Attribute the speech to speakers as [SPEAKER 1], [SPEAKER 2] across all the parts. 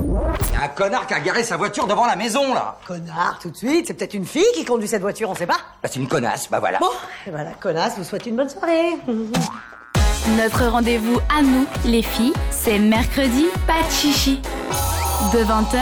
[SPEAKER 1] Il y a un connard qui a garé sa voiture devant la maison, là.
[SPEAKER 2] Connard, tout de suite. C'est peut-être une fille qui conduit cette voiture, on sait pas.
[SPEAKER 1] Bah, c'est une connasse, bah voilà.
[SPEAKER 2] Bon, et ben la connasse vous souhaite une bonne soirée.
[SPEAKER 3] Notre rendez-vous à nous, les filles, c'est mercredi, pas de chichi. De 20h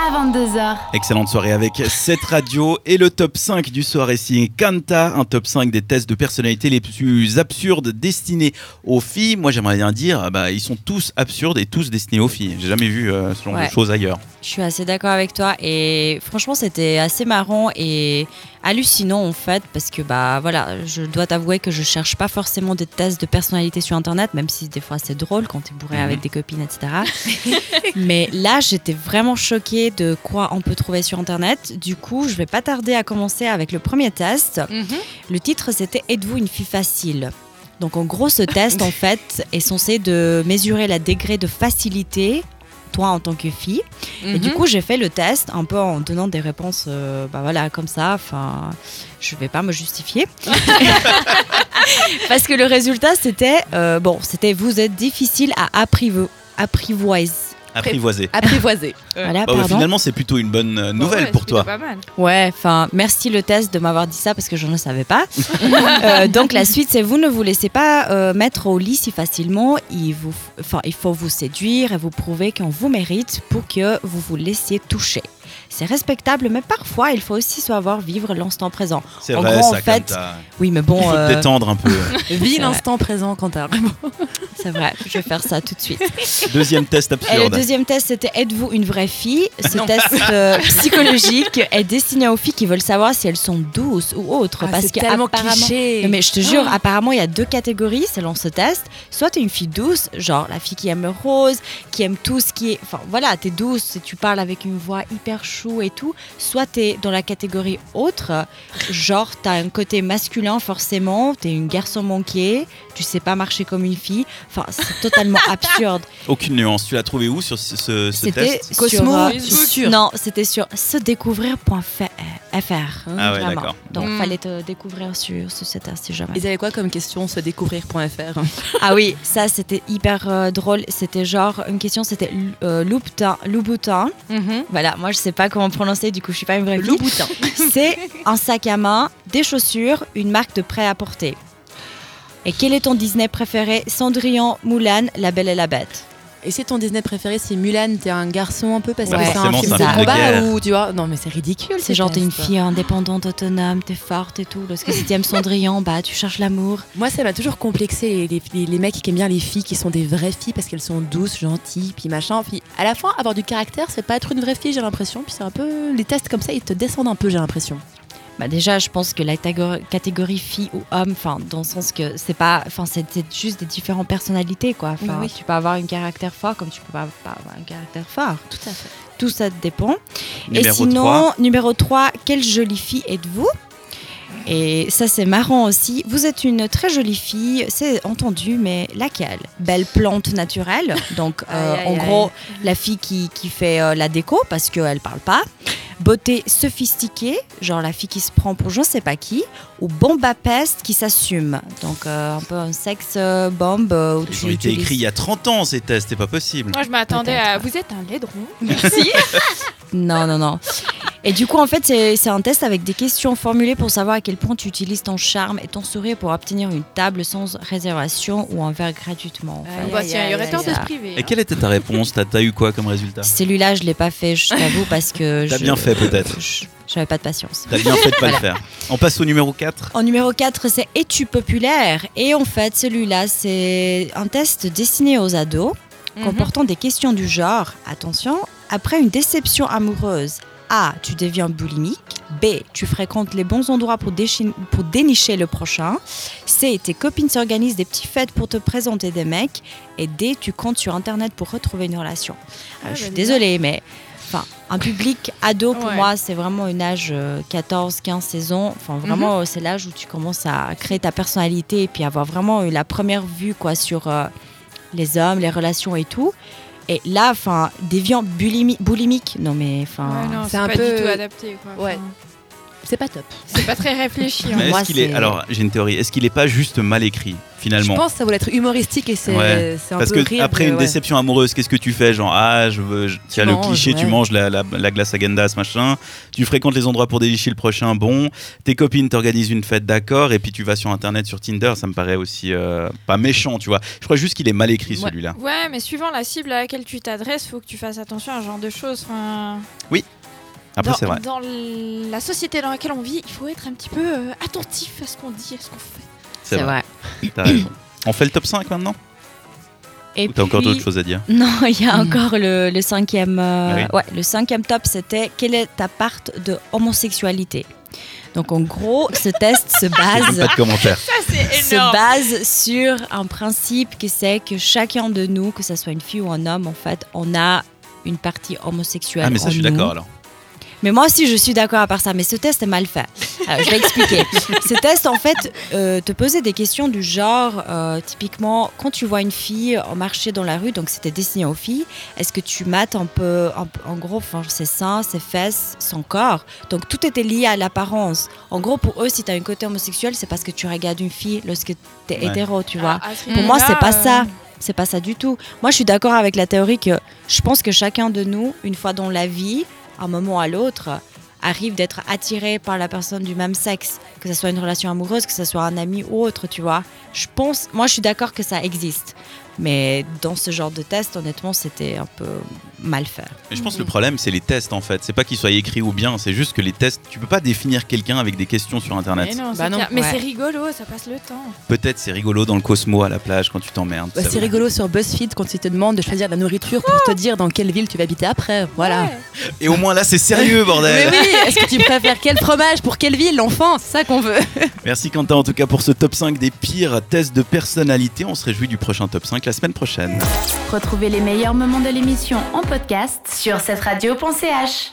[SPEAKER 3] à 22h.
[SPEAKER 4] Excellente soirée avec cette radio et le top 5 du soir ici. Kanta, un top 5 des tests de personnalité les plus absurdes destinés aux filles. Moi, j'aimerais bien dire, bah, ils sont tous absurdes et tous destinés aux filles. J'ai jamais vu euh, ce genre
[SPEAKER 5] Ouais.
[SPEAKER 4] de choses ailleurs.
[SPEAKER 5] Je suis assez d'accord avec toi et franchement c'était assez marrant et hallucinant en fait parce que bah voilà je dois t'avouer que je cherche pas forcément des tests de personnalité sur internet même si des fois c'est drôle quand t'es bourré
[SPEAKER 4] Mhm.
[SPEAKER 5] avec des copines etc mais là j'étais vraiment choquée de quoi on peut trouver sur internet du coup je vais pas tarder à commencer avec le premier test le titre, c'était Êtes-vous une fille facile Donc en gros, ce test, en fait, est censé de mesurer la degré de facilité, toi en tant que fille. Et du coup, j'ai fait le test un peu en donnant des réponses, euh, bah voilà, comme ça. Enfin, je vais pas me justifier. Parce que le résultat, c'était, euh, bon, c'était vous êtes difficile à apprivo- apprivoiser.
[SPEAKER 4] Apprivoisé.
[SPEAKER 6] Apprivoisé.
[SPEAKER 5] Voilà,
[SPEAKER 4] Bah, bah,
[SPEAKER 5] ah, pardon.
[SPEAKER 4] finalement, c'est plutôt une bonne euh, nouvelle
[SPEAKER 7] Ouais,
[SPEAKER 4] pour
[SPEAKER 7] c'est plutôt
[SPEAKER 4] toi.
[SPEAKER 7] Pas mal.
[SPEAKER 5] Ouais, enfin, merci le test de m'avoir dit ça parce que je ne savais pas. Euh, donc la suite, c'est vous ne vous laissez pas euh, mettre au lit si facilement. Il, vous, enfin, il faut vous séduire et vous prouver qu'on vous mérite pour que vous vous laissiez toucher. C'est respectable, mais parfois, il faut aussi savoir vivre l'instant présent.
[SPEAKER 4] C'est
[SPEAKER 5] En
[SPEAKER 4] vrai,
[SPEAKER 5] gros, en
[SPEAKER 4] ça,
[SPEAKER 5] fait,
[SPEAKER 4] Kanta.
[SPEAKER 5] Oui, mais bon,
[SPEAKER 4] Il faut te
[SPEAKER 5] euh,
[SPEAKER 4] détendre un peu.
[SPEAKER 5] C'est
[SPEAKER 6] Vis
[SPEAKER 5] vrai.
[SPEAKER 6] l'instant présent quand t'as vraiment.
[SPEAKER 5] c'est vrai, je vais faire ça tout de suite.
[SPEAKER 4] Deuxième test
[SPEAKER 5] Et le
[SPEAKER 4] absurde.
[SPEAKER 5] deuxième test, c'était Êtes-vous une vraie fille Ce test euh, psychologique est destiné aux filles qui veulent savoir si elles sont douces ou autres.
[SPEAKER 6] Ah,
[SPEAKER 5] parce
[SPEAKER 6] c'est
[SPEAKER 5] que
[SPEAKER 6] tellement
[SPEAKER 5] apparemment-
[SPEAKER 6] cliché. Ah.
[SPEAKER 5] Non, mais je te jure, apparemment, il y a deux catégories selon ce test. Soit t'es une fille douce, genre la fille qui aime le rose, qui aime tout ce qui est. Enfin voilà, t'es douce, tu parles avec une voix hyper chou et tout. Soit t'es dans la catégorie autre, genre t'as un côté masculin forcément, t'es une garçon manqué, tu sais pas marcher comme une fille. Enfin, c'est totalement absurde.
[SPEAKER 4] Aucune nuance. Tu l'as trouvé où sur ce, ce- ce
[SPEAKER 5] C'était
[SPEAKER 4] test
[SPEAKER 5] sur,
[SPEAKER 6] Cosmo,
[SPEAKER 5] euh,
[SPEAKER 6] Facebook. Sûr.
[SPEAKER 5] Non, c'était sur se découvrir.fr.
[SPEAKER 4] Ah ouais,
[SPEAKER 5] vraiment.
[SPEAKER 4] d'accord.
[SPEAKER 5] Donc
[SPEAKER 7] Mm.
[SPEAKER 5] fallait te découvrir sur, sur ce test si jamais.
[SPEAKER 6] Ils avaient quoi comme question Se découvrir.fr.
[SPEAKER 5] Ah oui, ça c'était hyper euh, drôle. C'était genre une question, c'était euh, Louboutin. Louboutin.
[SPEAKER 7] Mhm.
[SPEAKER 5] Voilà, moi je sais pas comment prononcer, du coup je suis pas une vraie fille.
[SPEAKER 6] Louboutin.
[SPEAKER 5] C'est un sac à main, des chaussures, une marque de prêt-à-porter. Et quel est ton Disney préféré Cendrillon, Moulin, La Belle et la Bête.
[SPEAKER 6] Et si ton Disney préféré c'est Mulan, t'es un garçon un peu parce
[SPEAKER 4] Bah,
[SPEAKER 6] que c'est un
[SPEAKER 4] forcément,
[SPEAKER 6] film
[SPEAKER 4] c'est un
[SPEAKER 6] de
[SPEAKER 4] film de
[SPEAKER 6] combat
[SPEAKER 4] guerre.
[SPEAKER 6] ou tu vois Non mais c'est ridicule.
[SPEAKER 5] C'est
[SPEAKER 6] ce
[SPEAKER 5] genre t'es une
[SPEAKER 6] test.
[SPEAKER 5] fille indépendante, autonome, t'es forte et tout. Lorsque tu aimes Cendrillon, bah tu cherches l'amour.
[SPEAKER 6] Moi ça m'a toujours complexé les, les- les- les mecs qui aiment bien les filles qui sont des vraies filles parce qu'elles sont douces, gentilles, puis machin. Puis à la fin avoir du caractère c'est pas être une vraie fille j'ai l'impression. Puis c'est un peu les tests comme ça ils te descendent un peu j'ai l'impression.
[SPEAKER 5] Bah déjà, je pense que la tagor- catégorie fille ou homme, enfin, dans le sens que c'est pas, enfin, c'est c'est juste des différentes personnalités, quoi. Enfin,
[SPEAKER 6] Oui, oui.
[SPEAKER 5] tu peux avoir un caractère fort comme tu peux pas, pas avoir un caractère fort.
[SPEAKER 6] Tout à fait.
[SPEAKER 5] Tout ça dépend. Et
[SPEAKER 4] Numéro
[SPEAKER 5] sinon,
[SPEAKER 4] 3.
[SPEAKER 5] numéro 3, quelle jolie fille êtes-vous Et ça, c'est marrant aussi. Vous êtes une très jolie fille, c'est entendu, mais laquelle Belle plante naturelle, donc euh,
[SPEAKER 6] Aïe, aïe,
[SPEAKER 5] en
[SPEAKER 6] aïe.
[SPEAKER 5] gros, la fille qui, qui fait euh, la déco parce qu'elle parle pas. Beauté sophistiquée, genre la fille qui se prend pour je ne sais pas qui. Ou bombe à peste qui s'assume, donc euh, un peu un sexe euh, bombe. euh, où
[SPEAKER 4] Ils
[SPEAKER 5] tu
[SPEAKER 4] ont été
[SPEAKER 5] utilises-
[SPEAKER 4] écrits il y a 30 ans ces tests, c'est pas possible.
[SPEAKER 7] Moi, je m'attendais à.
[SPEAKER 5] Peut-être.
[SPEAKER 7] Vous êtes un laidron.
[SPEAKER 4] hein.
[SPEAKER 5] Non, non, non. Et du coup, en fait, c'est c'est un test avec des questions formulées pour savoir à quel point tu utilises ton charme et ton sourire pour obtenir une table sans réservation ou un verre gratuitement. en fait.
[SPEAKER 6] Aïe,
[SPEAKER 7] Bah,
[SPEAKER 6] aïe,
[SPEAKER 7] tiens, il y aurait
[SPEAKER 6] aïe,
[SPEAKER 7] tort de
[SPEAKER 5] aïe.
[SPEAKER 7] se priver.
[SPEAKER 4] Et quelle était ta réponse T'as t'as eu quoi comme résultat
[SPEAKER 5] Celui-là, je l'ai pas fait, je t'avoue, parce que.
[SPEAKER 4] T'as
[SPEAKER 5] je-
[SPEAKER 4] bien fait, peut-être.
[SPEAKER 5] je- J'avais pas de patience.
[SPEAKER 4] T'as bien fait de pas le faire. On passe au numéro 4.
[SPEAKER 5] En numéro 4, c'est Es-tu populaire Et en fait, celui-là, c'est un test destiné aux ados
[SPEAKER 7] Mhm.
[SPEAKER 5] comportant des questions du genre Attention, après une déception amoureuse, A. Tu deviens boulimique. B. Tu fréquentes les bons endroits pour, déchi- pour dénicher le prochain. C. Tes copines s'organisent des petites fêtes pour te présenter des mecs. Et D. Tu comptes sur Internet pour retrouver une relation. Alors, je
[SPEAKER 7] Ah, bah,
[SPEAKER 5] suis
[SPEAKER 7] dis
[SPEAKER 5] désolée, mais. Enfin, un public ado pour
[SPEAKER 7] Ouais.
[SPEAKER 5] moi, c'est vraiment un âge euh, 14, 15 saisons. Enfin, vraiment, euh, c'est l'âge où tu commences à créer ta personnalité et puis avoir vraiment eu la première vue quoi sur euh, les hommes, les relations et tout. Et là, enfin, déviant bulimi- boulimique. Non mais enfin,
[SPEAKER 7] Ouais, non,
[SPEAKER 6] Ah. c'est
[SPEAKER 7] c'est
[SPEAKER 6] un
[SPEAKER 7] pas
[SPEAKER 6] peu-
[SPEAKER 7] du tout adapté. Quoi.
[SPEAKER 6] Ouais.
[SPEAKER 7] Enfin,
[SPEAKER 6] C'est pas top.
[SPEAKER 7] C'est pas très réfléchi. hein.
[SPEAKER 4] Mais
[SPEAKER 6] moi,
[SPEAKER 4] est-ce qu'il est...
[SPEAKER 6] c'est-
[SPEAKER 4] Alors, j'ai une théorie. Est-ce qu'il est pas juste mal écrit,
[SPEAKER 6] Je
[SPEAKER 4] finalement
[SPEAKER 6] pense que ça voulait être humoristique et c'est
[SPEAKER 4] Ouais.
[SPEAKER 6] c'est un
[SPEAKER 4] Parce
[SPEAKER 6] peu
[SPEAKER 4] que
[SPEAKER 6] rire
[SPEAKER 4] après
[SPEAKER 6] de-
[SPEAKER 4] une
[SPEAKER 6] ouais.
[SPEAKER 4] déception amoureuse, qu'est-ce que tu fais Genre, ah, je veux, je- tu as le
[SPEAKER 6] manges,
[SPEAKER 4] cliché, tu
[SPEAKER 6] ouais.
[SPEAKER 4] manges la, la- la glace à Gendas, machin. Tu fréquentes les endroits pour délicher le prochain, bon. Tes copines t'organisent une fête, d'accord. Et puis tu vas sur Internet, sur Tinder, ça me paraît aussi euh, pas méchant, tu vois. Je crois juste qu'il est mal écrit,
[SPEAKER 6] Ouais.
[SPEAKER 4] celui-là.
[SPEAKER 7] Ouais, mais suivant la cible à laquelle tu t'adresses, faut que tu fasses attention à ce genre de choses. Enfin,
[SPEAKER 4] Après,
[SPEAKER 7] dans,
[SPEAKER 4] c'est vrai.
[SPEAKER 7] dans l- la société dans laquelle on vit, il faut être un petit peu euh, attentif à ce qu'on dit, à ce qu'on fait.
[SPEAKER 4] C'est vrai. T'as raison. On fait le top 5 maintenant
[SPEAKER 5] Et
[SPEAKER 4] Ou t'as encore
[SPEAKER 5] puis-
[SPEAKER 4] d'autres choses à dire
[SPEAKER 5] Non, il y a
[SPEAKER 6] Mm.
[SPEAKER 5] encore le, le cinquième. euh,
[SPEAKER 4] Ah oui.
[SPEAKER 5] Ouais, le cinquième top, c'était quelle est ta part de homosexualité. Donc en gros, ce test se
[SPEAKER 4] J'ai même
[SPEAKER 5] base
[SPEAKER 4] pas de commentaires.
[SPEAKER 7] Ça, c'est
[SPEAKER 5] se base sur un principe qui c'est que chacun de nous, que ce soit une fille ou un homme, en fait, on a une partie homosexuelle.
[SPEAKER 4] Ah, mais ça,
[SPEAKER 5] en
[SPEAKER 4] je suis
[SPEAKER 5] nous.
[SPEAKER 4] d'accord alors.
[SPEAKER 5] Mais moi aussi, je suis d'accord à part ça. Mais ce test est mal fait. Alors, je vais expliquer. ce test, en fait, euh, te posait des questions du genre, euh, typiquement, quand tu vois une fille en marcher dans la rue, donc c'était destiné aux filles, est-ce que tu mates un peu, un peu- en gros, enfin, ses seins, ses fesses, son corps Donc tout était lié à l'apparence. En gros, pour eux, si tu as un côté homosexuel, c'est parce que tu regardes une fille lorsque tu es
[SPEAKER 4] Ouais.
[SPEAKER 5] hétéro, tu vois.
[SPEAKER 7] Pour
[SPEAKER 5] Pour moi, c'est
[SPEAKER 7] Mm. euh,
[SPEAKER 5] pas ça. C'est pas ça du tout. Moi, je suis d'accord avec la théorie que je pense que chacun de nous, une fois dans la vie, à un moment ou à l'autre, arrive d'être attiré par la personne du même sexe, que ce soit une relation amoureuse, que ce soit un ami ou autre, tu vois. Je pense, moi, je suis d'accord que ça existe. Mais dans ce genre de test, honnêtement, c'était un peu mal fait.
[SPEAKER 4] Mais je pense
[SPEAKER 6] Mm.
[SPEAKER 4] que le problème, c'est les tests en fait. C'est pas qu'ils soient écrits ou bien, c'est juste que les tests, tu peux pas définir quelqu'un avec des questions sur internet.
[SPEAKER 7] Mais non,
[SPEAKER 6] Bah
[SPEAKER 7] c'est
[SPEAKER 6] non,
[SPEAKER 7] clair. Mais
[SPEAKER 6] ouais.
[SPEAKER 7] c'est rigolo, ça passe le temps.
[SPEAKER 4] Peut-être c'est rigolo dans le Cosmo à la plage quand tu t'emmerdes.
[SPEAKER 6] Bah,
[SPEAKER 4] ça
[SPEAKER 6] c'est
[SPEAKER 4] va.
[SPEAKER 6] rigolo sur BuzzFeed quand ils te demandent de choisir de la nourriture pour te dire dans quelle ville tu vas habiter après. Voilà.
[SPEAKER 7] Ouais.
[SPEAKER 4] Et au moins là, c'est sérieux,
[SPEAKER 6] Mais
[SPEAKER 4] bordel.
[SPEAKER 6] oui, est-ce que tu préfères quel fromage pour quelle ville, l'enfant C'est ça qu'on veut.
[SPEAKER 4] Merci Quentin en tout cas pour ce top 5 des pires tests de personnalité. On se réjouit du prochain top 5 la semaine prochaine.
[SPEAKER 3] Retrouvez les meilleurs moments de l'émission en podcast sur cette radio.ch.